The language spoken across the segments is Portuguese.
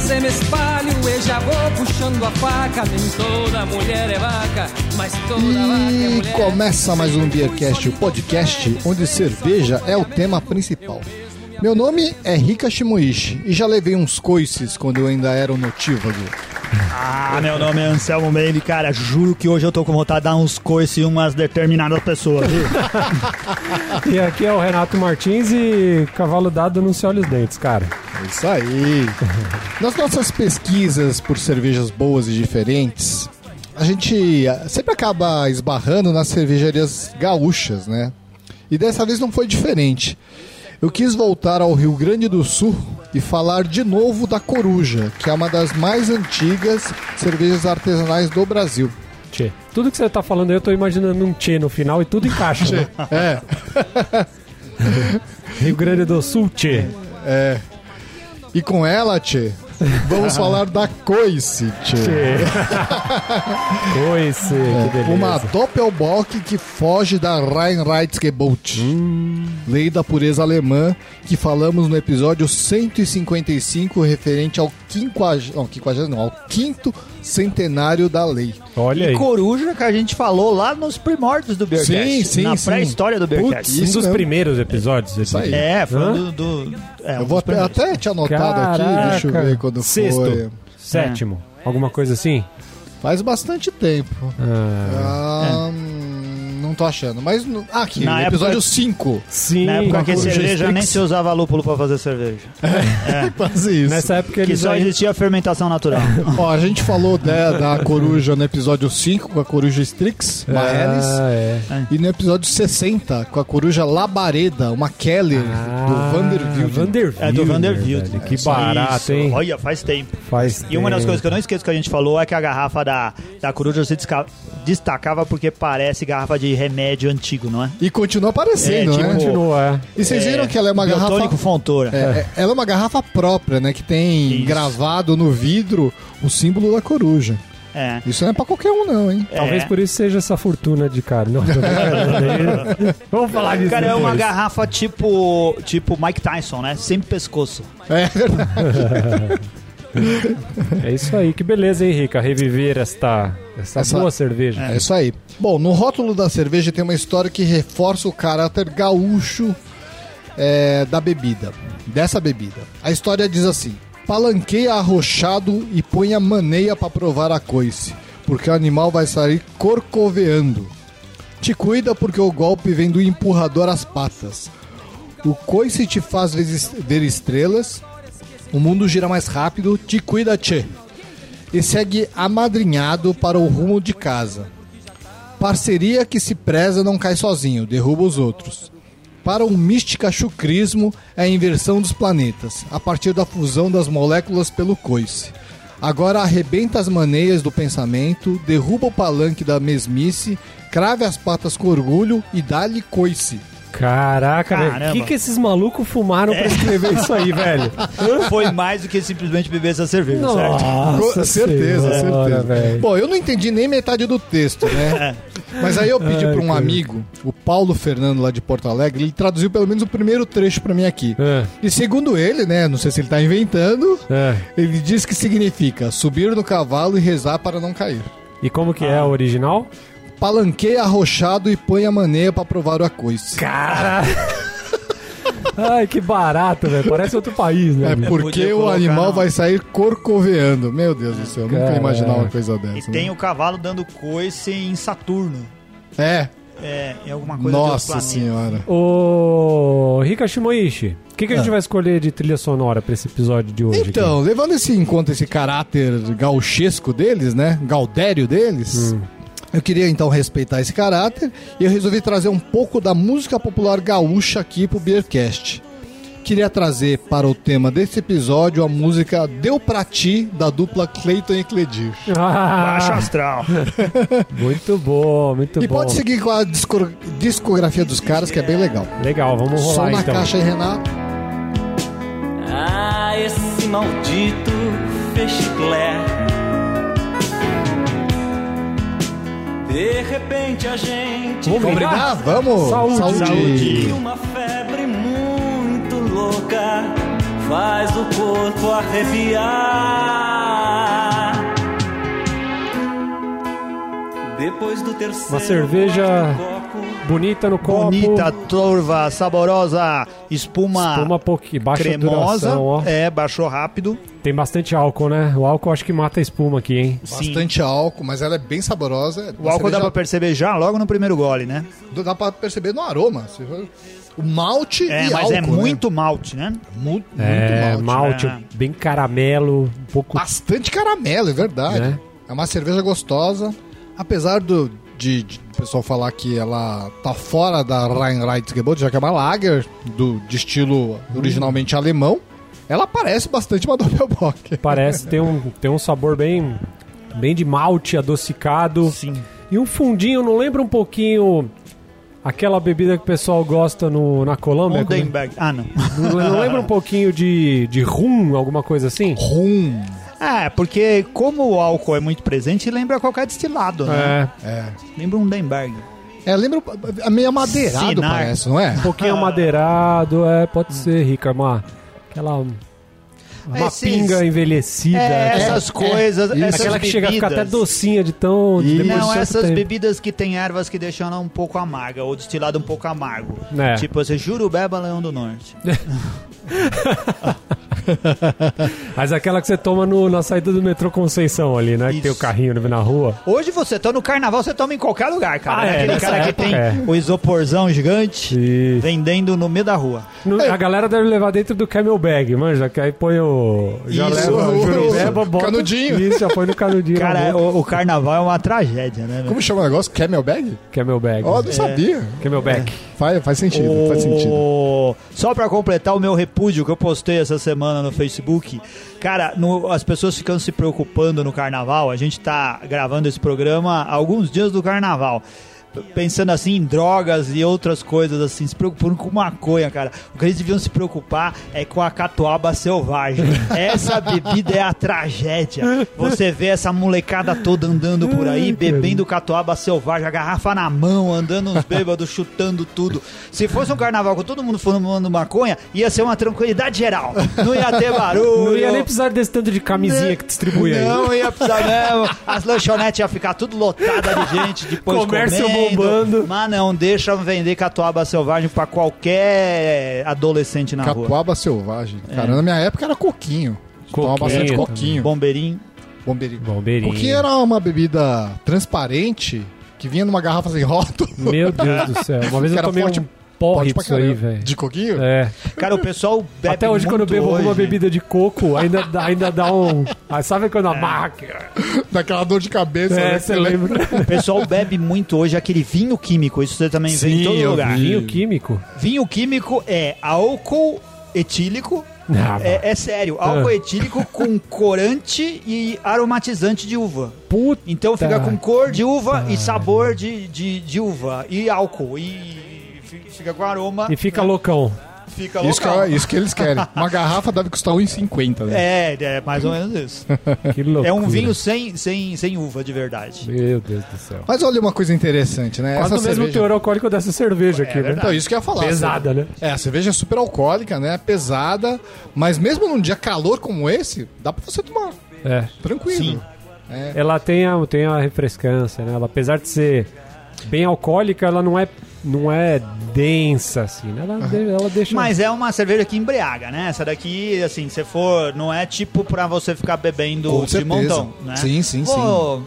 cê me espalho e já vou puxando a faca. Nem toda mulher é vaca, mas toda vaca é E mulher. começa mais um Beercast, o podcast onde cerveja é o tema principal. Meu nome é Rika Shimoishi e já levei uns coices quando eu ainda era um notívago. Ah, meu nome é Anselmo Mendes, cara. Juro que hoje eu tô com vontade de dar uns coice em umas determinadas pessoas. viu? E aqui é o Renato Martins e cavalo dado não se olha os dentes, cara. É isso aí. Nas nossas pesquisas por cervejas boas e diferentes, a gente ah, sempre acaba esbarrando nas cervejarias gaúchas, né? E dessa vez não foi diferente. Eu quis voltar ao Rio Grande do Sul e falar de novo da Coruja, que é uma das mais antigas cervejas artesanais do Brasil. Tchê. Tudo que você tá falando aí, eu tô imaginando um tchê no final e tudo encaixa. Né? É, Rio Grande do Sul, tchê. e com ela, Tchê, vamos falar da Coice, Tchê. Coice, É, que delícia. Uma Doppelbock que foge da Reinheitsgebot, Hum. lei da pureza alemã, que falamos no episódio 155, referente ao 50, não, 50 não, ao quinto centenário da lei. Olha aí. Coruja que a gente falou lá nos primórdios do Beercast. Sim, sim, Na sim. pré-história do Putz, Beercast. um isso dos mesmo. primeiros episódios. Isso aí. É, foi Hã? um do... do é, um Eu vou dos até, primeiros. até tinha anotado aqui, deixa eu ver quando Sexto, foi. sétimo, É. alguma coisa assim. Faz bastante tempo. É. Ah, Ah, hum, Não tô achando, mas... no- Ah, aqui, Na episódio época- 5. sim, É. Na época uma que coisa- cerveja nem Strix. se usava lúpulo pra fazer cerveja. É. Quase isso. nessa época Que eles só ainda... existia fermentação natural. Ó, a gente falou da, da coruja no episódio 5, com a coruja Strix, Maelis. Ah, é. E no episódio 60, com a coruja Labareda, uma Keller Ah, do Vanderbilt. Ah, Vanderbilt. É do Vanderbilt. velho, É, Que isso, barato, isso. hein? Olha, faz tempo. Faz E uma das tempo. coisas que eu não esqueço que a gente falou é que a garrafa da, da coruja se desca- destacava porque parece garrafa de remédio antigo, não é? E continua aparecendo, É, tipo, né? Continua, é. E vocês viram que ela é uma Biotônico garrafa. Fontoura. É, é, ela é uma garrafa própria, né? Que tem Isso. gravado no vidro o símbolo da coruja. É. Isso não é pra qualquer um, não, hein? Talvez É. por isso seja essa fortuna de cara. Não, tô brincando. Vamos falar disso Cara, é uma depois. garrafa tipo, tipo Mike Tyson, né? Sem pescoço. É verdade. É isso aí, que beleza, hein, Rica? Reviver esta, essa, Essa- boa cerveja. É isso aí. Bom, no rótulo da cerveja tem uma história que reforça o caráter gaúcho é, da bebida, dessa bebida. A história diz assim: palanqueia arrochado e põe a maneia pra provar a coice, porque o animal vai sair corcoveando. Te cuida porque o golpe vem do empurrador às patas. O coice te faz vezes- ver estrelas, o mundo gira mais rápido, te cuida, tchê e segue amadrinhado para o rumo de casa. Parceria que se preza não cai sozinho, derruba os outros. Para o mística chucrismo é a inversão dos planetas, a partir da fusão das moléculas pelo coice. Agora arrebenta as maneias do pensamento, derruba o palanque da mesmice, crave as patas com orgulho e dá-lhe coice. Caraca, velho. Caramba. É. O que, que esses malucos fumaram pra escrever isso aí, velho? Foi mais do que simplesmente beber essa cerveja, certo? Com certeza, senhora, certeza. velho. Bom, eu não entendi nem metade do texto, né? Mas aí eu pedi pra um amigo, o Paulo Fernando lá de Porto Alegre, ele traduziu pelo menos o primeiro trecho pra mim aqui. É, E segundo ele, né, não sei se ele tá inventando, é. ele diz que significa subir no cavalo e rezar para não cair. E como que Ah. é a original? Palanqueia arrochado e põe a maneia pra provar o coice. Cara! Ai, que barato, velho. Parece outro país, né? É bicho? porque o podia colocar, animal não. vai sair corcoveando. Meu Deus do céu, eu nunca ia imaginar uma Caraca. coisa E dessa. tem né? o cavalo dando coice em Saturno. É, É, em alguma coisa de outro nossa planeta. senhora. Ô, Rika Shimoishi, o que, que a gente vai escolher de trilha sonora pra esse episódio de hoje? aqui? Ah. Então, levando esse, em conta esse caráter gauchesco deles, né? Gaudério deles. Hum. Eu queria então respeitar esse caráter e eu resolvi trazer um pouco da música popular gaúcha aqui pro Beercast. Queria trazer para o tema desse episódio a música Deu Pra Ti, da dupla Clayton e Cledir. Baixo Ah, astral. muito bom, muito E bom. pode seguir com a discor- discografia dos caras, que é bem legal. Legal, vamos rolar Só na então. caixa aí, Renato. Ah, esse maldito fechiclé. De repente a gente Vamos Vamos brigar? brigar? Vamos! Saúde. Saúde. E uma febre muito louca faz o corpo arrepiar. Depois do terceiro Uma cerveja copo, bonita no copo. Bonita, turva, saborosa, espuma, Toma pouquinho, baixa cremosa. duração, ó. É, baixou rápido. Tem bastante álcool, né? O álcool acho que mata a espuma aqui, hein? Bastante álcool, mas ela é bem saborosa. O álcool dá pra perceber já logo no primeiro gole, né? perceber. Dá pra perceber no aroma. se for- O malte É, e mas álcool. é muito malte, né? né? Mu- muito É, malte, né? bem caramelo, um pouco. Bastante caramelo, é verdade. Né? É uma cerveja gostosa. Apesar do, de, de o pessoal falar que ela tá fora da Rheinreitgebot, já que é uma lager do, de estilo originalmente alemão, ela parece bastante uma Doppelbock. Parece ter um, tem um sabor bem, bem de malte adocicado. Sim. E um fundinho, não lembra um pouquinho aquela bebida que o pessoal gosta no, na Colômbia? Como é? Oldenburg. Ah, não. Não, não lembra um pouquinho de, de rum, alguma coisa assim? Rum. É, porque como o álcool é muito presente, lembra qualquer destilado, né? É, Lembra um Denberg. É, lembra é meio amadeirado, Sinar. parece, não é? um pouquinho madeirado, é, Hum. pode ser, Rica, uma, aquela uma É, Esses- pinga envelhecida. É, aquela- essas coisas, isso. essas aquela que chega a ficar até bebidas. docinha de tão... de depois de Não, tanto essas tempo. bebidas que tem ervas que deixam ela um pouco amarga, ou destilado um pouco amargo. É. Tipo, você jurubeba Leão do Norte. Mas aquela que você toma no- na saída do metrô Conceição ali, né? Que tem o Isso. carrinho na rua. Hoje você tá no carnaval, você toma em qualquer lugar, cara. Ah, é, é, aquele nessa cara que época, tem é. o isoporzão gigante E vendendo no meio da rua. no- a galera deve levar dentro do camelbag, manja, que aí põe o... Já Isso, leva o isso. jurubeba, bota... Canudinho. Isso, já põe no canudinho. na Cara, boca. o, o carnaval é uma tragédia, né? velho? Como chama o negócio? Camelbag? Camelbag. Ó, É. não sabia. Camelback. Faz, faz sentido, faz sentido. O- Só pra completar o meu repúdio que eu postei essa semana no Facebook. Cara, no- as pessoas ficam se preocupando no carnaval. A gente tá gravando esse programa há alguns dias do carnaval. P- Pensando assim em drogas e outras coisas assim, se preocupando com maconha, cara. O que eles deviam se preocupar é com a catuaba selvagem. Essa bebida é a tragédia. Você vê essa molecada toda andando por aí, bebendo catuaba selvagem, a garrafa na mão, andando uns bêbados, chutando tudo. Se fosse um carnaval com todo mundo fumando maconha, ia ser uma tranquilidade geral. Não ia ter barulho. Não ia nem precisar desse tanto de camisinha que distribui aí. Não ia precisar mesmo. As lanchonetes iam ficar tudo lotada de gente, depois Comércio comendo. bombando. Mas não, deixa vender catuaba selvagem pra qualquer adolescente na rua. Catuaba selvagem. Cara, na minha época era coquinho. Tomava É. Coquinho bastante também. coquinho. Bombeirinho. Bombeirinho. Bombeirinho. Porque era uma bebida transparente que vinha numa garrafa sem rótulo. Meu Deus do céu. Uma vez eu Cara, tomei forte- um porre Pode pra disso aí, caramba. velho. De coquinho? É. Cara, o pessoal bebe Até hoje, quando eu muito bebo alguma hoje. bebida de coco, ainda, dá- ainda dá um. Ah, sabe quando amarra? que- Daquela dor de cabeça. É, né, você lembra? O pessoal bebe muito hoje aquele vinho químico. Isso você também vê Sim, em todo eu lugar. vi. Vinho químico? Vinho químico é álcool etílico. Ah, É, é sério, álcool Ah. etílico com corante e aromatizante de uva. Puta. Então fica Tá. com cor de uva e sabor de, de, de uva. E álcool. E fi- fica com aroma. E fica loucão. fica é Isso que, local. isso que eles querem. Uma garrafa deve custar 1,50, né? É, é mais ou menos isso. Que loucura. É um vinho sem, sem, sem uva de verdade. Meu Deus do céu. Mas olha uma coisa interessante, né? Quase o mesmo cerveja- teor alcoólico dessa cerveja aqui, né? Então, isso que eu ia falar. Pesada, sabe? né? É, a cerveja é super alcoólica, né? Pesada. Mas mesmo num dia calor como esse, dá pra você tomar É. tranquilo. Sim. Ela tem a, tem a refrescância, né? Ela, apesar de ser bem alcoólica, ela não é, não é densa, assim. né? Ela, de- ela deixa. Mas é uma cerveja que embriaga, né? Essa daqui, assim, se for, não é tipo pra você ficar bebendo Com de certeza. montão, né? Sim, sim, Pô,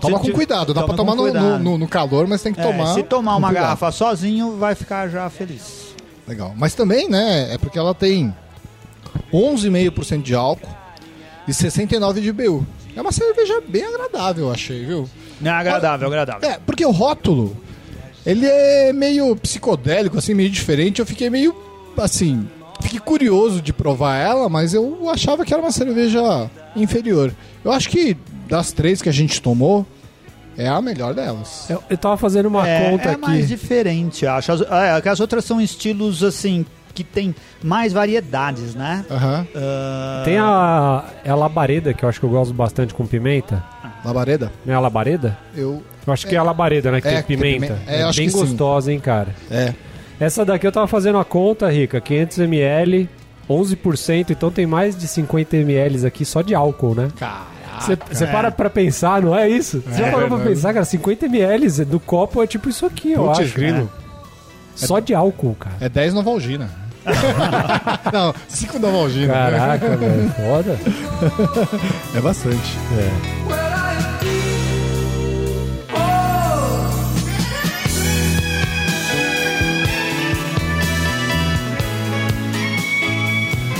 Toma se com tu- cuidado. Dá toma pra tomar com no, cuidado. no- no calor, mas tem que É, tomar. se tomar com uma cuidado. garrafa sozinho, vai ficar já feliz. Legal. Mas também, né? É porque ela tem 11,5% de álcool e 69% de BU. É uma cerveja bem agradável, eu achei, viu? Não, é agradável, agradável. É, porque o rótulo, ele é meio psicodélico, assim, meio diferente. Eu fiquei meio, assim, fiquei curioso de provar ela, mas eu achava que era uma cerveja inferior. Eu acho que das três que a gente tomou, é a melhor delas. Eu, eu tava fazendo uma É, conta é aqui. mais diferente, acho. As, é, as outras são estilos, assim, que tem mais variedades, né? Aham, Ah, Tem a, é a labareda, que eu acho que eu gosto bastante com pimenta. Labareda. Não é a labareda? Eu. Eu acho que é a labareda, né? Que É, tem que tem pimenta. pimenta. É, eu acho bem que sim. gostosa, hein, cara. É. Essa daqui eu tava fazendo a conta, Rica. 500ml 11%, então tem mais de 50 ml aqui só de álcool, né? Você Caraca. você para pra pensar, não é isso? Você já parou pra pensar, cara, 50 ml do copo é tipo isso aqui, ó. Putz, grilo. Só de álcool, cara. É 10 Novalgina. Não, 5 Novalgina. né? Caraca, velho, foda. É bastante.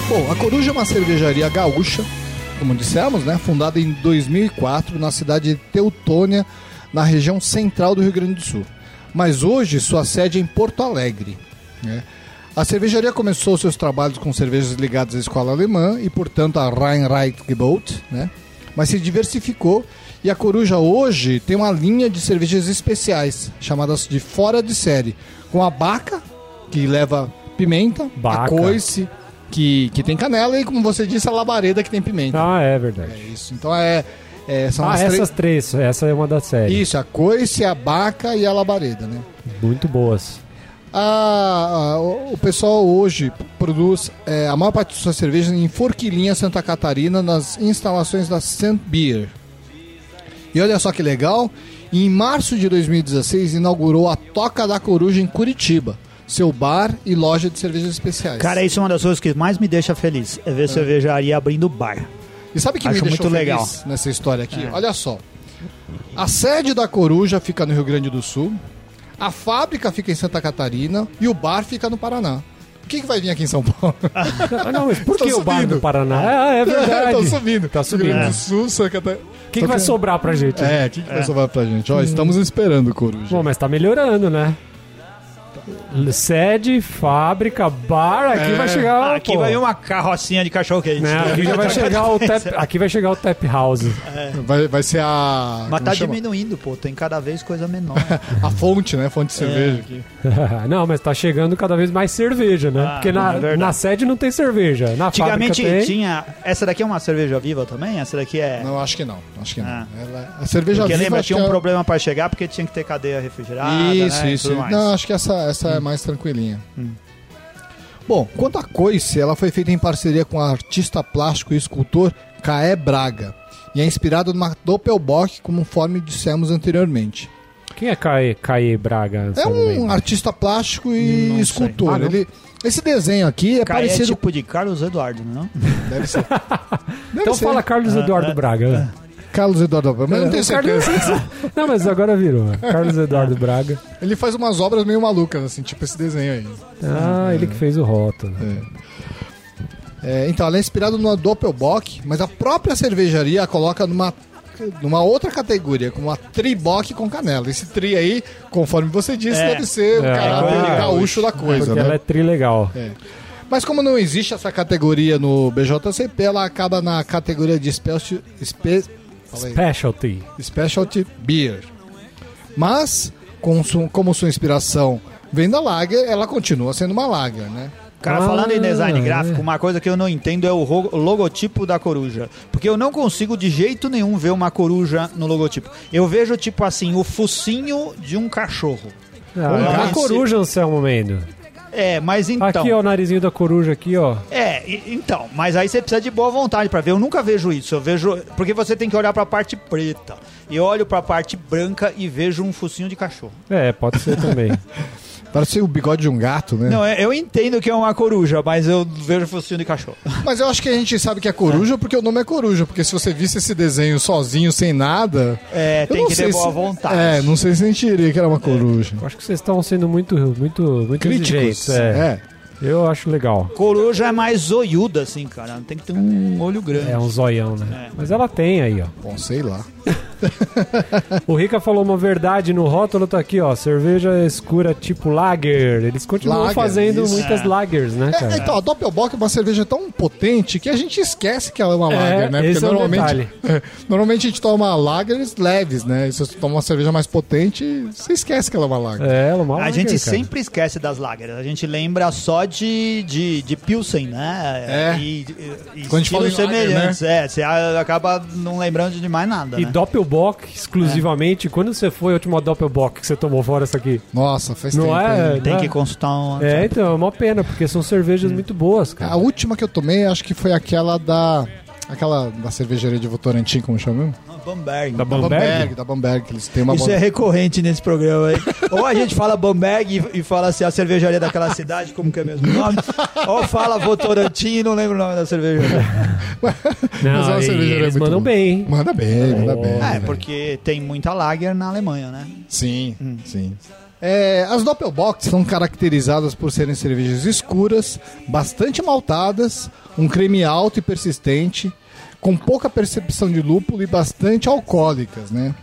Bom, a Coruja é uma cervejaria gaúcha, como dissemos, né? Fundada em 2004 na cidade de Teutônia, na região central do Rio Grande do Sul. Mas hoje sua sede é em Porto Alegre. né? A cervejaria começou seus trabalhos com cervejas ligadas à escola alemã e, portanto, à Rheinreitgebot, né? Mas se diversificou e a Coruja hoje tem uma linha de cervejas especiais, chamadas de fora de série, com a Baca, que leva pimenta, a Baca. coice, que, que tem canela, e como você disse, a labareda que tem pimenta. Ah, é É verdade. isso. Então é. é, são Ah, as três. essas três, essa é uma das séries. Isso, a coice, a baca e a labareda, né? Muito boas. A, a- o o pessoal hoje produz é, a maior parte de sua cerveja em Forquilinha, Santa Catarina, nas instalações da St. Beer. E olha só que legal, em março de 2016 inaugurou a Toca da Coruja em Curitiba, seu bar e loja de cervejas especiais. Cara, isso é uma das coisas que mais me deixa feliz. É ver Ah. cervejaria abrindo bar. E sabe que Acho me deixou muito feliz legal. É. nessa história aqui? Olha só. A sede da Coruja fica no Rio Grande do Sul, a fábrica fica em Santa Catarina e o bar fica no Paraná. O que, que vai vir aqui em São Paulo? Ah, não, mas por Tô que o bar subindo. do Paraná? Ah, é verdade. Estão subindo. Tá subindo. Rio Grande do Sul, Santa Catarina. O que, que vai sobrar pra gente? É, o que, que vai sobrar pra gente? Hum. Ó, estamos esperando, Coruja. Bom, mas tá melhorando, né? Sede, fábrica, bar, aqui É. vai chegar. aqui pô. vai vir uma carrocinha de cachorro quente. Né, aqui, já vai chegar o tap, aqui vai chegar o tap house. Vai, vai ser a. Mas como tá chama? diminuindo, pô. Tem cada vez coisa menor. A fonte, né? Fonte de É, cerveja aqui. não, mas tá chegando cada vez mais cerveja, né? Ah, Porque na, é verdade. na sede não tem cerveja. Na Antigamente fábrica tem. tinha. Essa daqui é uma cerveja viva também? Essa daqui é. Não, acho que não. Acho que não. Ah. Ela- a cerveja Porque viva lembra, acho que tinha um é- problema pra chegar porque tinha que ter cadeia refrigerada. Isso, né, e isso. tudo mais. Não, acho que essa, essa é mais tranquilinha. Bom, quanto à coice, ela foi feita em parceria com o artista plástico e escultor Caé Braga. E é inspirada numa Doppelbock, como conforme dissemos anteriormente. Quem é Caê, Caê Braga? É Só não um lembro. artista plástico e escultor. Ah, não. Ele, esse desenho aqui é Cara, é parecido. tipo de Carlos Eduardo, não? Deve ser. Deve Então ser. fala Carlos Ah, é. Eduardo Braga. Carlos Eduardo, mas eu não tenho certeza. não, mas agora virou. Carlos Eduardo Braga. Ele faz umas obras meio malucas, assim, tipo esse desenho aí. Ah, ele que fez o rótulo. É, então, ela é inspirada numa Doppelbock, mas a própria cervejaria a coloca numa, numa outra categoria, como uma Tribock com canela. Esse tri aí, conforme você disse, É. deve ser o É, caráter claro. gaúcho da coisa, Porque né? ela é trilegal. Mas como não existe essa categoria no BJCP, ela acaba na categoria de special, spe, fala aí. Specialty. Specialty Beer. Mas, com su- como sua inspiração vem da Lager, ela continua sendo uma Lager, né? Cara, Ah, falando em design é. gráfico, uma coisa que eu não entendo é o ro- logotipo da coruja. Porque eu não consigo de jeito nenhum ver uma coruja no logotipo. Eu vejo, tipo assim, o focinho de um cachorro. Ah, é uma esse- coruja, Anselmo Mendo. É, mas então. Tá Aqui, ó, o narizinho da coruja aqui, ó. É, e- então, mas aí você precisa de boa vontade pra ver. Eu nunca vejo isso. Eu vejo porque você tem que olhar pra parte preta. E eu olho pra parte branca e vejo um focinho de cachorro. É, pode ser também. Parece o bigode de um gato, né? Não, é- eu entendo que é uma coruja, mas eu vejo focinho de cachorro. Mas eu acho que a gente sabe que é coruja porque o nome é coruja. Porque se você visse esse desenho sozinho, sem nada. É, eu tem não que sei ter boa se- vontade. É, não sei se a gente diria que era uma coruja. Eu acho que vocês estão sendo muito, muito, muito Críticos. exigentes, É. Eu acho legal. Coruja é mais zoiuda, assim, cara. Tem que ter um olho grande. É um zoião, né? Mas ela tem aí, ó. Bom, sei lá. O Rica falou uma verdade no rótulo, tá aqui, ó. Cerveja escura tipo lager. Eles continuam Lager, fazendo isso. muitas lagers, né, É, cara? então, a Doppelbock é uma cerveja tão potente que a gente esquece que ela é uma É, lager, né? esse é o normalmente, detalhe. normalmente a gente toma lagers leves, né? E se você toma uma cerveja mais potente, você esquece que ela é uma lager. É, ela é uma A lager, gente cara. sempre esquece das lagers. A gente lembra só de, de, de Pilsen, né? É. E, e, e Quando a gente fala estilos em lager, semelhantes. É, você a- acaba não lembrando de mais nada. E né? Doppelbock Doppelbock exclusivamente. Quando você foi a última Doppelbock que você tomou fora essa aqui? Nossa, faz Não tempo. é? hein? Tem né? que consultar um. É, então, é uma pena, porque são cervejas Hum. muito boas, A cara. última que eu tomei, acho que foi aquela da. Aquela da cervejaria de Votorantim, como chama mesmo? Bamberg. Da Bamberg? Da Bamberg, que eles têm uma Isso é recorrente nesse programa aí. Ou a gente fala Bamberg e, e fala assim, a cervejaria daquela cidade, como que é mesmo o nome. Ou fala Votorantim e não lembro o nome da cervejaria. Mas é uma e cervejaria eles muito mandam boa. bem, hein? Ah, Manda bem, manda bem. É, velho. porque tem muita lager na Alemanha, né? Sim, Hum. sim. É, as Doppelbox são caracterizadas por serem cervejas escuras, bastante maltadas, um creme alto e persistente, com pouca percepção de lúpulo e bastante alcoólicas, né?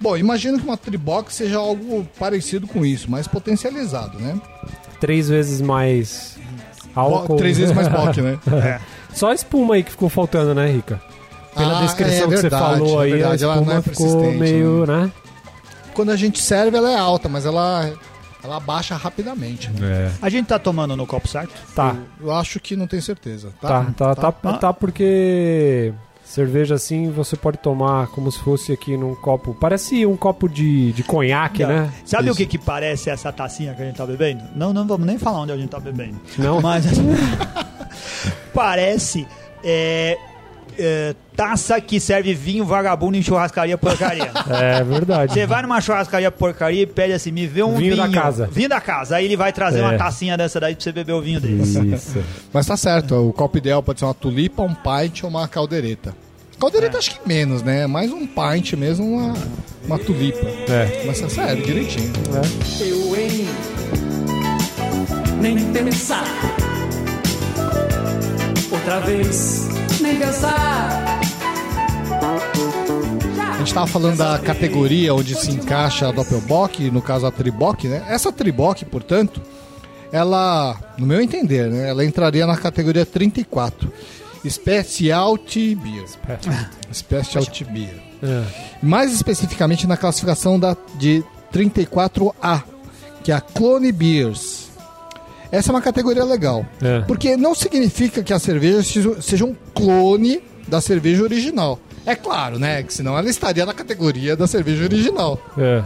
Bom, imagino que uma Tribox seja algo parecido com isso, mas potencializado, né? Três vezes mais Bo- álcool. Três vezes mais Bock, né? Só a espuma aí que ficou faltando, né, Rica? Pela Ah, descrição é que você verdade, falou é aí, verdade, a ela espuma não é ficou persistente, meio, né? Quando a gente serve, ela é alta, mas ela, ela baixa rapidamente. né? É. A gente tá tomando no copo certo? Tá, Eu acho que não tenho certeza. tá, tá, tá, tá, tá. porque cerveja assim você pode tomar como se fosse aqui num copo, parece um copo de, de conhaque, né? Sabe Isso. o que que parece essa tacinha que a gente tá bebendo? Não, não vamos nem falar onde a gente tá bebendo. Não? Mas parece é, é, taça que serve vinho vagabundo em churrascaria porcaria. É verdade. Você vai numa churrascaria porcaria e pede assim, me vê um vinho. Vinho da casa. Vinho da casa. Aí ele vai trazer É. uma tacinha dessa daí pra você beber o vinho dele. Isso. Mas tá certo, o copo ideal pode ser uma tulipa, um pint ou uma caldeireta. É. Caldeireta acho que menos, né? Mais um pint mesmo, uma, uma tulipa. É. Mas tá sério, direitinho. Eu, hein? Nem pensar. Outra vez, nem pensar. A gente tava falando da categoria onde se encaixa a Doppelbock, no caso a Tribock, né? Essa Tribock, portanto, ela, no meu entender, né? Ela entraria na categoria 34. Specialty Beer. Specialty Beer. É. mais especificamente na classificação da, de 34A, que é a Clone Beers. Essa é uma categoria legal, É. porque não significa que a cerveja se- seja um clone da cerveja original. É claro, né? Que senão ela estaria na categoria da cerveja original. É.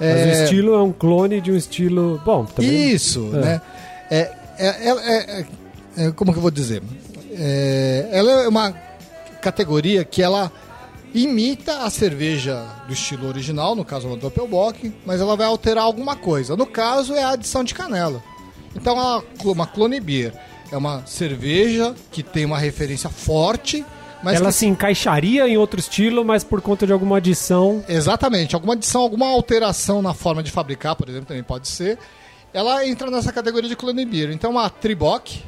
Mas o estilo é um clone de um estilo. Bom, também. Isso, É. né? É, é, é- é- é- como que eu vou dizer? É, ela é uma categoria que ela imita a cerveja do estilo original, no caso a Doppelbock, mas ela vai alterar alguma coisa. No caso é a adição de canela. Então ela é uma clone beer. É uma cerveja que tem uma referência forte, mas Ela que- se encaixaria em outro estilo, mas por conta de alguma adição. Exatamente. Alguma adição, alguma alteração na forma de fabricar, por exemplo, também pode ser. Ela entra nessa categoria de clone beer. Então a Tribock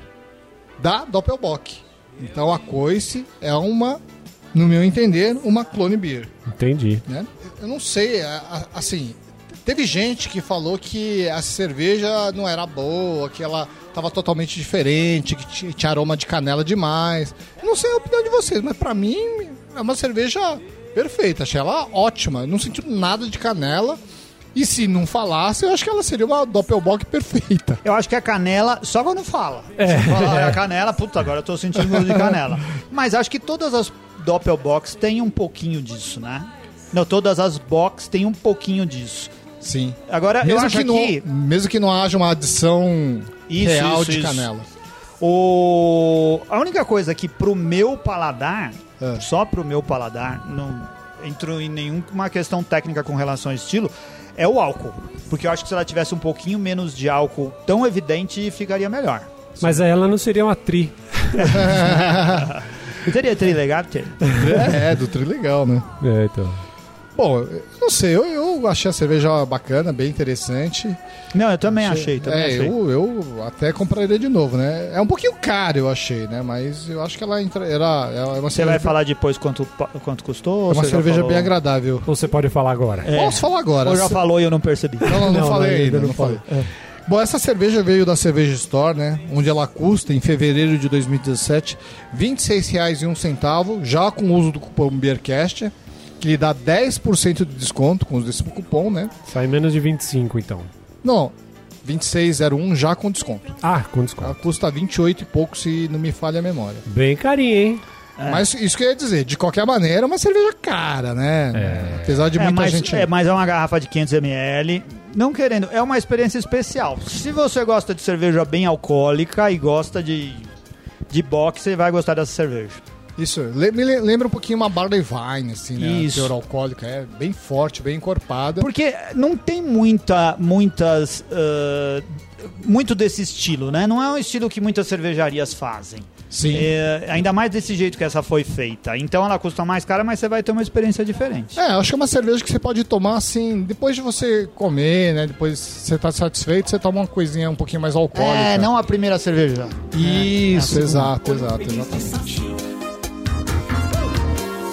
da Doppelbock. Então a coice é uma, no meu entender, uma clone beer. Entendi. Né? Eu não sei, a- a- assim, teve gente que falou que a cerveja não era boa, que ela estava totalmente diferente, que ti- tinha aroma de canela demais. Eu Não sei a opinião de vocês, mas pra mim é uma cerveja perfeita, achei ela ótima, eu não senti nada de canela. E se não falasse, eu acho que ela seria uma Doppelbock perfeita. Eu acho que a canela, só quando fala. É. Se falar a canela, puta, agora eu tô sentindo gosto de canela. Mas acho que todas as Doppelbox têm um pouquinho disso, né? Não, todas as box têm um pouquinho disso. Sim. Agora, eu Mesmo acho que, não, que mesmo que não haja uma adição Isso, real isso, de isso. canela. O... A única coisa que pro meu paladar, Ah. só pro meu paladar, não entro em nenhuma questão técnica com relação ao estilo, é o álcool. Porque eu acho que se ela tivesse um pouquinho menos de álcool tão evidente, ficaria melhor. Mas aí ela não seria uma tri. Teria trilegapter? É, do tri legal, né? É, então. Bom, eu não sei, eu, eu achei a cerveja bacana, bem interessante. Não, eu também achei, também é, achei. Eu, eu até compraria de novo, né? É um pouquinho caro, eu achei, né? Mas eu acho que ela entra, era, é uma Você vai cerveja, falar depois quanto, pa- quanto custou? é ou uma você já cerveja falou? bem agradável. Ou você pode falar agora? É. Posso falar agora? Ou já falou e eu não percebi. Não, não, não, Não, falei ainda ainda, não não falei. É. Bom, essa cerveja veio da Cerveja Store, né? Onde ela custa, em fevereiro de 2017, R$ 26,01, já com o uso do cupom Beercast, que lhe dá 10% de desconto com o desse cupom, né? É. Sai menos de 25, então. Não, 26,01 já com desconto. tá? Ah, com desconto. Ela custa 28 e pouco, se não me falha a memória. Bem carinho, hein? É. Mas isso que eu ia dizer, de qualquer maneira, é uma cerveja cara, né? Apesar de É, muita mas, gente. é, mas é uma garrafa de 500ml. Não querendo, é uma experiência especial. Se você gosta de cerveja bem alcoólica e gosta de, de boxe, você vai gostar dessa cerveja. Isso, le- me le- lembra um pouquinho uma Barley Vine, assim, né? Isso. Teor alcoólica, é bem forte, bem encorpada. Porque não tem muita, muitas. ah, muito desse estilo, né? Não é um estilo que muitas cervejarias fazem. Sim. É, ainda mais desse jeito que essa foi feita. Então ela custa mais cara, mas você vai ter uma experiência diferente. É, acho que é uma cerveja que você pode tomar assim, depois de você comer, né? Depois você tá satisfeito, você toma uma coisinha um pouquinho mais alcoólica. É, a primeira cerveja. Isso, É, é a exato, exato, exatamente.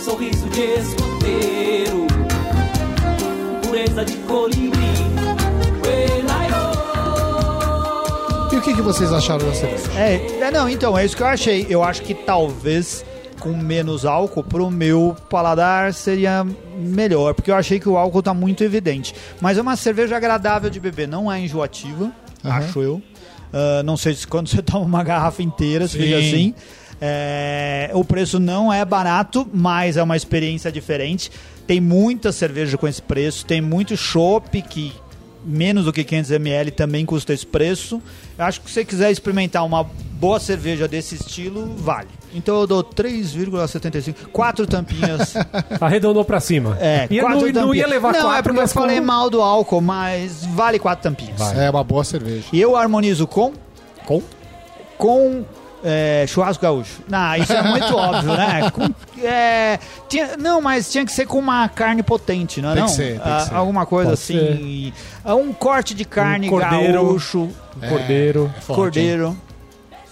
Sorriso de escoteiro, pureza de colibri. Uelaio. E o que, que vocês acharam da cerveja? É, é, não, então, é isso que eu achei. Eu acho que talvez com menos álcool pro meu paladar seria melhor, porque eu achei que o álcool tá muito evidente. Mas é uma cerveja agradável de beber, não é enjoativa, né? Aham. acho eu. Ah, não sei se quando você toma uma garrafa inteira, se Sim. fica assim. É, o preço não é barato, mas é uma experiência diferente. Tem muita cerveja com esse preço, tem muito chopp que menos do que 500ml também custa esse preço. Eu acho que se você quiser experimentar uma boa cerveja desse estilo, vale. Então eu dou 3,75, quatro tampinhas. Arredondou pra cima. é, e eu quatro não, não ia levar não, quatro, é porque eu mas um como- falei mal do álcool, mas vale quatro tampinhas. É uma boa cerveja. E eu harmonizo com Com? com é, churrasco gaúcho. Não, isso é muito óbvio, né? Com- é, tinha- não, mas tinha que ser com uma carne potente, não é? Tem que não? ser, tem que Ah, ser. Alguma coisa Pode assim. Ah, Um corte de carne cordeiro. gaúcho, Um Cordeiro, É forte, hein? cordeiro,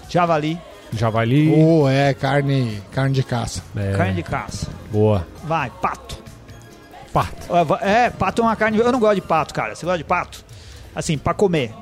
javali, javali. Ou é carne, carne de caça. é, carne de caça. Boa. Vai, pato. Pato. Ah, va- É, pato é uma carne. Eu não gosto de pato, cara. Você gosta de pato? Assim, pra comer.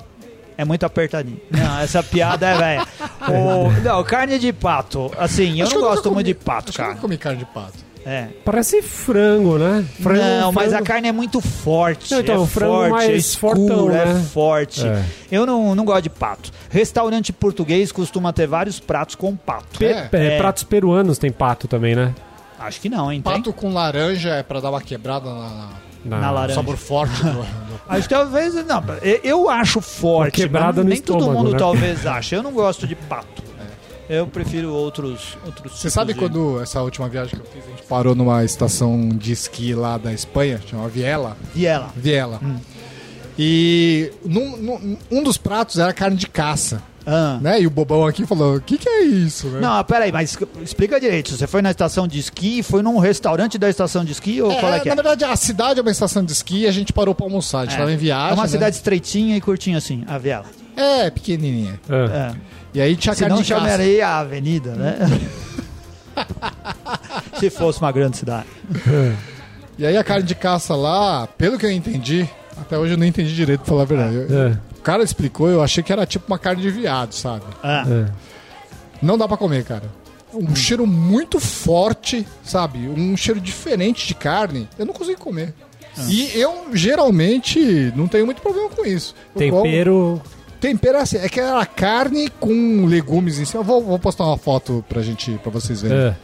É muito apertadinho. Não, essa piada é velha. O- Não, carne de pato. Assim, Acho que eu não eu nunca gosto muito comi- de pato, Acho que eu cara. nunca comi carne de pato. É. Parece frango, né? Frango, não, mas a frango. carne é muito forte. Não, então, é o frango forte, mais é escuro, fortão, é né? forte. É. Eu não, não gosto de pato. Restaurante português costuma ter vários pratos com pato. Pe- É. é, É. Pratos peruanos tem pato também, né? Acho que não, hein? Tem? Pato com laranja é pra dar uma quebrada na, Na no laranja. sabor forte do, do- Acho que talvez. Não, eu- eu acho forte. Uma quebrada mas no nem todo estômago, mundo né? talvez ache. Eu não gosto de pato. né? Eu prefiro outros. outros Você sabe quando essa última viagem que eu fiz, a gente parou numa estação de esqui lá da Espanha, chama Viela. E ela? Viela. Hum. E num- num- um dos pratos era carne de caça, Ah. né? E o bobão aqui falou, o que que é isso, né? Não, peraí, mas explica direito. Você foi na estação de esqui, foi num restaurante da estação de esqui ou É, qual é que é? na verdade, a cidade é uma estação de esqui e a gente parou pra almoçar. A gente tava em viagem. É uma né? cidade estreitinha e curtinha assim, a viela. É, pequenininha. Ah. É. E aí tinha Se carne não de caça. chamaria a avenida, né? Se fosse uma grande cidade. E aí a carne de caça lá, pelo que eu entendi, até hoje eu não entendi direito pra falar a verdade. Eu- É, O cara explicou, eu achei que era tipo uma carne de viado, sabe? Ah, é. Não dá pra comer, cara. Um cheiro muito forte, sabe? Um cheiro diferente de carne. Eu não consigo comer. E eu geralmente não tenho muito problema com isso. Eu como- Tempero. Tempero é assim, é que era carne com legumes em cima. Eu vou, vou postar uma foto pra gente, pra vocês verem. É.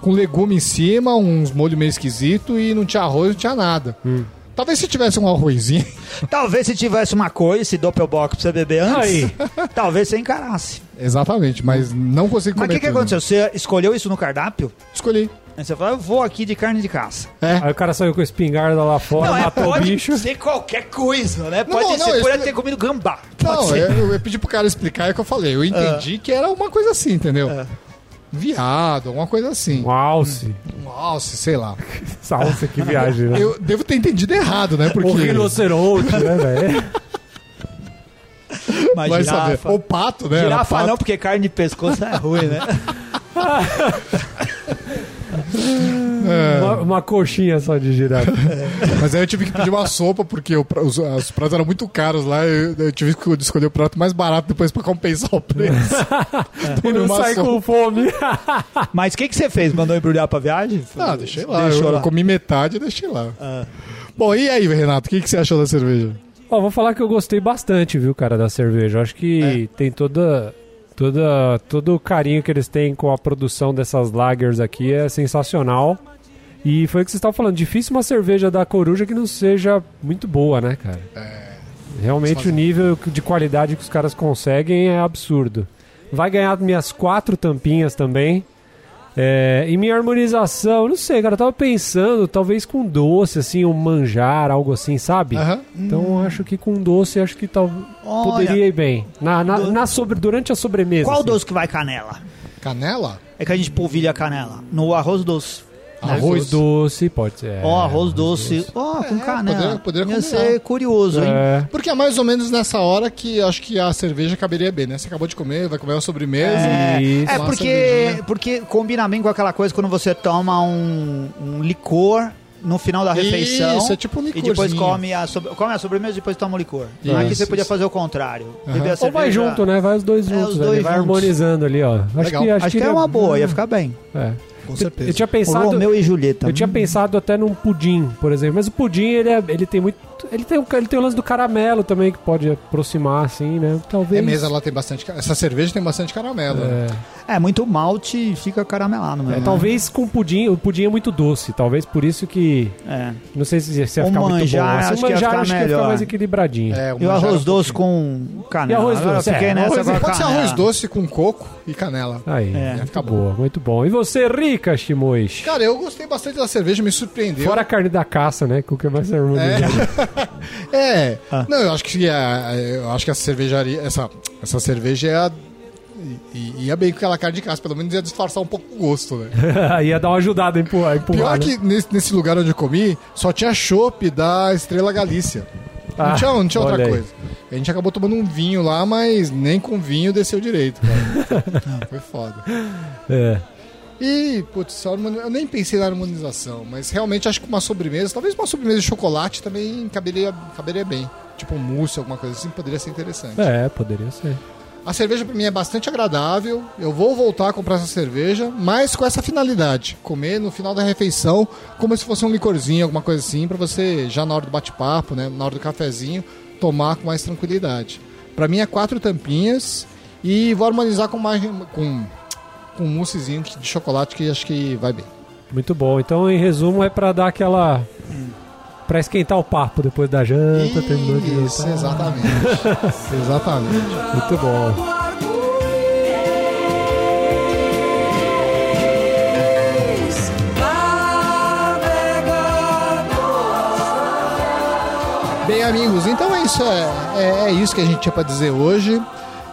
Com legume em cima, uns molhos meio esquisito e não tinha arroz, não tinha nada. Hum. Talvez se tivesse um arrozinho. Talvez se tivesse uma coisa, esse doppelbock pra você beber antes, Aí. talvez você encarasse. Exatamente, mas não consigo comer. Mas o que, que tudo. aconteceu? Você escolheu isso no cardápio? Escolhi. Aí você falou, "Ah, eu vou aqui de carne de caça. Aí o cara saiu com a espingarda lá fora, não, é, matou o pode bicho. ser qualquer coisa, né? Pode não, ser, não, pode isso- ter comido gambá. pode Não, ser. eu, eu pedi pro cara explicar é o que eu falei. Eu entendi que era uma coisa assim, entendeu? Ah. Viado, alguma coisa assim. Um alce. Um alce, sei lá. Essa alce que viagem, né? Eu devo ter entendido errado, né? Porque. O rinoceronte, né, velho? Mas Vai saber. girafa, O pato, né? girafa O pato. não, porque carne de pescoço é ruim, né? É, Uma, uma coxinha só de girafa. mas aí eu tive que pedir uma sopa, porque o pra- os, os pratos eram muito caros lá. Eu, eu tive que escolher o prato mais barato depois pra compensar o preço. E não Uma sai sopa. com fome. Mas o que, que você fez? Mandou embrulhar pra viagem? Ah, deixei lá. Deixou eu, lá. eu comi metade e deixei lá. Ah. Bom, e aí, Renato, o que, que você achou da cerveja? Ó, vou falar que eu gostei bastante, viu, cara, da cerveja. Eu Acho que tem toda. Toda, todo o carinho que eles têm com a produção dessas lagers aqui é sensacional. E foi o que vocês estavam falando, difícil uma cerveja da Coruja que não seja muito boa, né, cara? Realmente o nível de qualidade que os caras conseguem é absurdo. Vai ganhar minhas quatro tampinhas também. É, e minha harmonização, não sei, cara, eu tava pensando, talvez com doce, assim, um manjar, algo assim, sabe? Aham. Então acho que com doce, acho que tal... Hum. Olha. poderia ir bem. Na, na, Do- na sobre, durante a sobremesa. Qual assim. doce que vai canela? Canela? É que a gente polvilha a canela. No arroz doce. Arroz doce, pode ser. Ó, É, arroz doce. Ó, com É, canela. poderia- poderia Ia combinar. ser curioso, hein? É, Porque é mais ou menos nessa hora que acho que a cerveja caberia bem, né? Você acabou de comer, vai comer uma sobremesa. É, Isso. é Uma porque, cervejinha. porque combina bem com aquela coisa quando você toma um, um licor no final da refeição. Isso, é tipo um E depois licorzinho. come a, sobre- come a sobremesa e depois toma o licor. Isso. Aqui você podia fazer o contrário. Beber é a Ou cerveja- vai junto, né? Vai os dois É, juntos. os ali, dois vai juntos. harmonizando ali, ó. Acho Legal. que, acho Acho que que era ele- uma boa, ia ficar bem. É. Com Eu certeza. tinha O pensado... Romeu e Julieta. né? Eu tinha pensado até num pudim, por exemplo. Mas o pudim, ele, é- ele tem muito. Ele tem, o- ele tem o lance do caramelo também, que pode aproximar, assim, né? Talvez. É mesmo, ela tem bastante. ca- Essa cerveja tem bastante caramelo. né? É, muito malte fica caramelado É, mesmo. Talvez com pudim. O pudim é muito doce. Talvez por isso que. É. Não sei se, se ia O ficar muito bom. manjar, Mas acho o que ia manjar ficar acho que ia melhor. ficar mais equilibradinho. É, E o manjar arroz um doce pouquinho. com canela. E arroz Agora doce, eu fiquei é. nessa Arroz- agora pode ser canela. arroz doce com coco e canela. Aí, É, é, fica fica bom. boa, muito bom. E você, rica, Shimoish? Cara, eu gostei bastante da cerveja, me surpreendeu. Fora a carne da caça, né? Com que mais né? harmonizado. É. Ah. Não, eu acho que a, eu acho que essa cervejaria, essa, essa cerveja é a i- ia bem com aquela cara de casa, pelo menos ia disfarçar um pouco o gosto, né? ia dar uma ajudada a empurrar. empurrar Pior né? que nesse, nesse lugar onde eu comi, só tinha chopp da Estrela Galícia. Não Ah, tinha, um, não tinha outra olha aí. coisa. A gente acabou tomando um vinho lá, mas nem com vinho desceu direito, cara. Ah, Foi foda. É. E, putz, só harmoni- eu nem pensei na harmonização, mas realmente acho que uma sobremesa, talvez uma sobremesa de chocolate também caberia, caberia bem. Tipo um mousse, alguma coisa assim, poderia ser interessante. é, poderia ser. A cerveja pra mim é bastante agradável. Eu vou voltar a comprar essa cerveja, mas com essa finalidade: comer no final da refeição, como se fosse um licorzinho, alguma coisa assim, pra você já na hora do bate-papo, né, na hora do cafezinho, tomar com mais tranquilidade. Pra mim é quatro tampinhas e vou harmonizar com mais com com um moussezinho que- de chocolate que acho que vai bem. Muito bom. Então, em resumo, é pra dar aquela. Pra esquentar o papo depois da janta, terminou de jantar. Isso, exatamente. exatamente. Muito bom. Bem, amigos, então é isso. É, é- é isso que a gente tinha pra dizer hoje.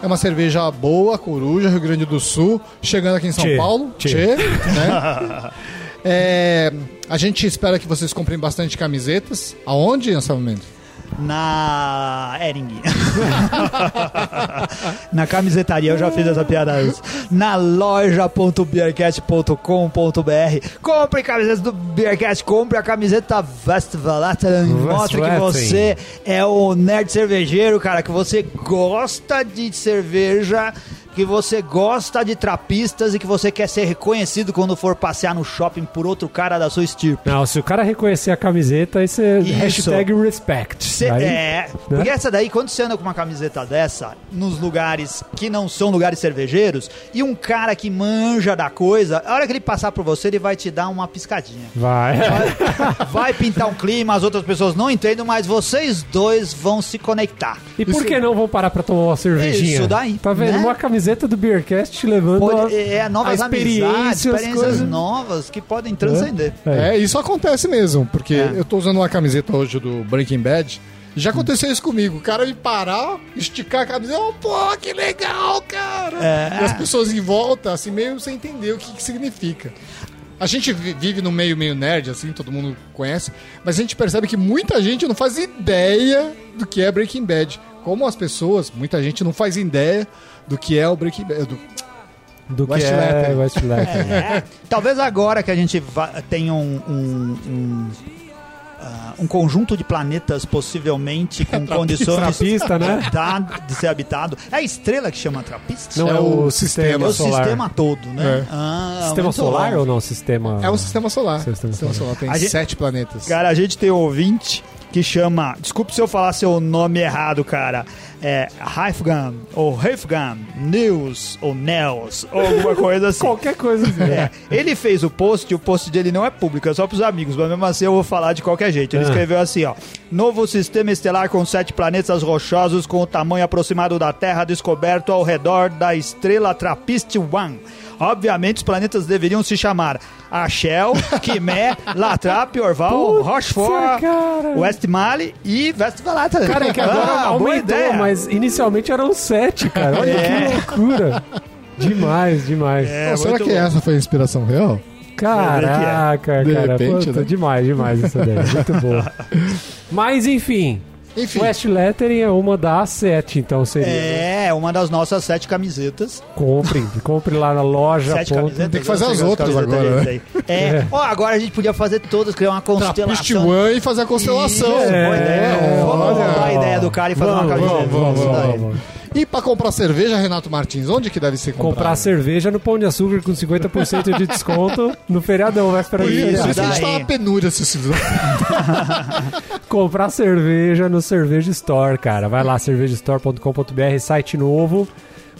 É uma cerveja boa, coruja, Rio Grande do Sul, chegando aqui em São Tchê, Paulo. tchê. Tchê, né? É, a gente espera que vocês comprem bastante camisetas. Aonde, Anselmo Na Ering. Na camisetaria, eu já fiz essa piada antes. Na loja.beercast.com.br. Compre camisetas do Beercast, compre a camiseta Vestvalaten. Mostre que Westvaleteren. você é o nerd cervejeiro, cara, que você gosta de cerveja. Que você gosta de trapistas e que você quer ser reconhecido quando for passear no shopping por outro cara da sua estirpe. Não, se o cara reconhecer a camiseta, aí você. Isso. Hashtag respect. Cê- Aí- é, porque essa daí, quando você anda com uma camiseta dessa, nos lugares que não são lugares cervejeiros, e um cara que manja da coisa, a hora que ele passar por você, ele vai te dar uma piscadinha. Vai. Vai- Vai pintar um clima, as outras pessoas não entendem, mas vocês dois vão se conectar. E por Isso- que não vão parar pra tomar uma cervejinha? Isso daí, Tá vendo? né? Uma camiseta do Beercast te levando Pode, a, é, novas a amizades, experiências coisas- novas que podem transcender. É. É, isso acontece mesmo, porque É. Hum. eu tô usando uma camiseta hoje do Breaking Bad. Já aconteceu isso comigo. O cara me parar, esticar a camiseta, oh, pô, que legal, cara! É. E as pessoas em volta, assim, meio sem entender o que, que significa. A gente vi- vive no meio meio nerd, assim, todo mundo conhece, mas a gente percebe que muita gente não faz ideia do que é Breaking Bad. Como as pessoas, muita gente não faz ideia do que é o Breaking Bad. do- do que West é Letter. West Letter. É, talvez agora que a gente va- tenha um, um, um, ah, um conjunto de planetas possivelmente com condições Trapista, né? habitado- de ser habitado. É a estrela que chama Trapista? Não é, É o o é sistema o solar. sistema todo, né? É. Ah, Sistema muito solar bom. ou não? Sistema. É um sistema solar. Sistema Sistema solar, tem Ah. A gente- sete planetas. Cara, a gente tem um ouvinte que chama. Desculpe se eu falar seu nome errado, cara. É Haifgam, ou Haifgam, News, ou Nels, ou alguma coisa assim. Qualquer coisa assim. É, ele fez o post, e o post dele não é público, é só pros amigos, mas mesmo assim eu vou falar de qualquer jeito. Ele Ah. escreveu assim, ó. Novo sistema estelar com sete planetas rochosos com o tamanho aproximado da Terra descoberto ao redor da estrela Trappist-1. Obviamente os planetas deveriam se chamar Axel, Quimé, Latrap, Orval, Rochefort, cara. Westmalle e Vestvalata. Cara, é que agora Ah, boa aumentou, ideia. mas inicialmente eram sete, cara. Olha É. que loucura. Demais, demais. É, Pô, será muito que bom. essa foi a inspiração real? é. Caraca, De cara. repente, Puta, né? Demais, demais isso daí. Muito boa. Mas enfim, Enfim, West Lettering é uma das sete, então seria. É, uma das nossas sete camisetas. Compre, compre lá na loja. Sete ponto- camisetas. Tem que fazer eu não sei as quantas outras camisetas agora, a gente tem. É. Ó, agora a gente podia fazer todas, criar uma Trapiste constelação. One e fazer a constelação. Isso, boa É, ideia. Vamos olha. roubar a ideia do cara e fazer uma Vamos, camiseta. vamos, vamos, Isso daí. vamos, vamos. E pra comprar cerveja, Renato Martins, onde que deve ser comprado? Comprar cerveja no Pão de Açúcar com 50% de desconto no feriadão, véspera de Isso, feriado. isso a gente Daí. tá uma penúria Tá se se- Comprar cerveja no Cerveja Store, cara. Vai lá, cervejastore.com.br, site novo.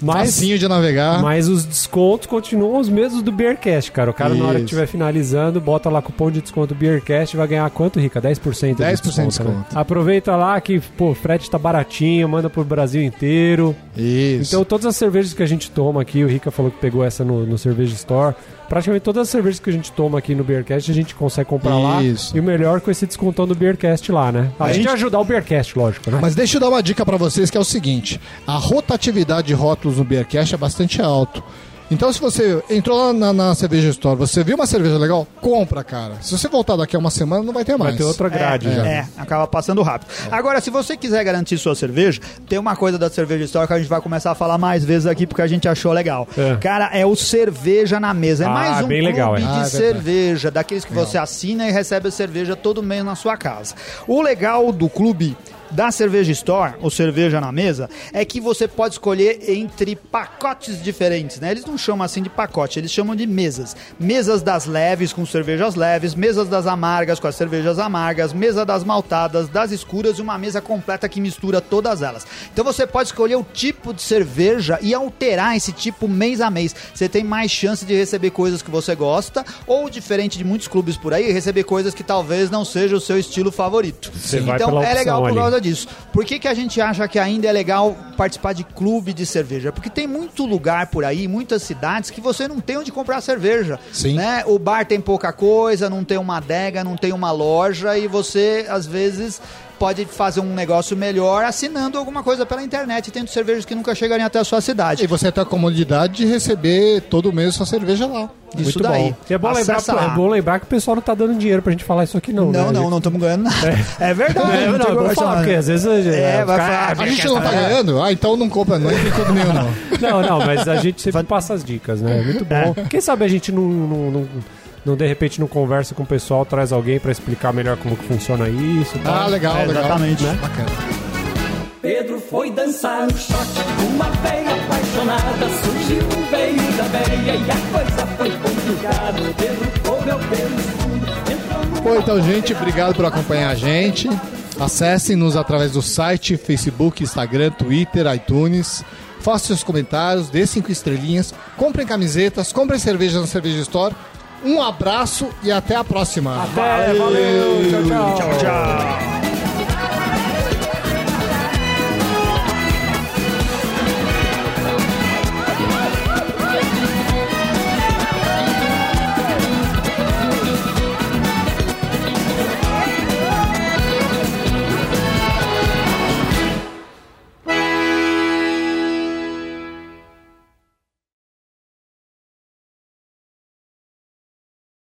Mas, Facinho né? de navegar. mas os descontos continuam os mesmos do Beercast, cara. O cara, na hora que Isso. estiver finalizando, bota lá cupom de desconto Beercast e vai ganhar quanto, Rica? 10% de 10% de desconto. né? desconto. Aproveita lá que, pô, o frete tá baratinho, manda pro Brasil inteiro. Isso. Então, todas as cervejas que a gente toma aqui, o Rica falou que pegou essa no, no Cerveja Store. Praticamente todas as cervejas que a gente toma aqui no Beercast, a gente consegue comprar lá. Isso. E o melhor com esse descontão do Beercast lá, né? A gente ajudar o Beercast, lógico, né? Mas deixa eu dar uma dica pra vocês que é o seguinte: a rotatividade de rótulos no Beercast é bastante alto. Então, se você entrou lá na, na cerveja store, você viu uma cerveja legal, compra, cara. Se você voltar daqui a uma semana, não vai ter mais. Vai ter outra grade é, já. É. é, acaba passando rápido. Agora, se você quiser garantir sua cerveja, tem uma coisa da cerveja histórica que a gente vai começar a falar mais vezes aqui porque a gente achou legal. É. Cara, é o cerveja na mesa. É Ah, mais um bem clube legal, é. de Ah, é verdade. cerveja, daqueles que você assina e recebe a cerveja todo mês na sua casa. O legal do clube da Cerveja Store, ou Cerveja na Mesa, é que você pode escolher entre pacotes diferentes, né? Eles não chamam assim de pacote, eles chamam de mesas. Mesas das leves com cervejas leves, mesas das amargas com as cervejas amargas, mesa das maltadas, das escuras e uma mesa completa que mistura todas elas. Então você pode escolher o tipo de cerveja e alterar esse tipo mês a mês. Você tem mais chance de receber coisas que você gosta ou, diferente de muitos clubes por aí, receber coisas que talvez não seja o seu estilo favorito. Você vai então pela é opção legal por ali. causa disso. Por que, que a gente acha que ainda é legal participar de clube de cerveja? Porque tem muito lugar por aí, muitas cidades que você não tem onde comprar cerveja. Sim. né? O bar tem pouca coisa, não tem uma adega, não tem uma loja e você às vezes pode fazer um negócio melhor assinando alguma coisa pela internet, tendo cervejas que nunca chegariam até a sua cidade. E você tem a comodidade de receber todo mês sua cerveja lá. Isso Muito daí. bom. E É bom, lembrar, Acessa lá. é bom lembrar que o pessoal não tá dando dinheiro pra gente falar isso aqui, não. Não, né? não, não estamos ganhando nada. É, verdade. É, não, tem é bom conversa falar, nada. porque às vezes a gente- É, vai cara, falar. A gente não tá ganhando? Ah, então não compra não, nem tudo nenhum, não. Não, não, mas a gente sempre passa as dicas, né? Muito bom. É. Quem sabe a gente não, não, não, não, de repente não conversa com o pessoal, traz alguém pra explicar melhor como que funciona isso. e tal. Ah, legal, É, legal. exatamente. Bacana. Pedro foi dançar no shot. Uma veia apaixonada surgiu o veio da veia e a coisa foi complicada. O Pedro correu pelo escuro, entrou no Bom, então, gente, obrigado por acompanhar a gente. Acessem-nos através do site, Facebook, Instagram, Twitter, iTunes. Façam seus comentários, dê cinco estrelinhas, comprem camisetas, comprem cerveja na Cerveja Store. Um abraço e até a próxima. É, valeu, tchau, tchau. Tchau, tchau.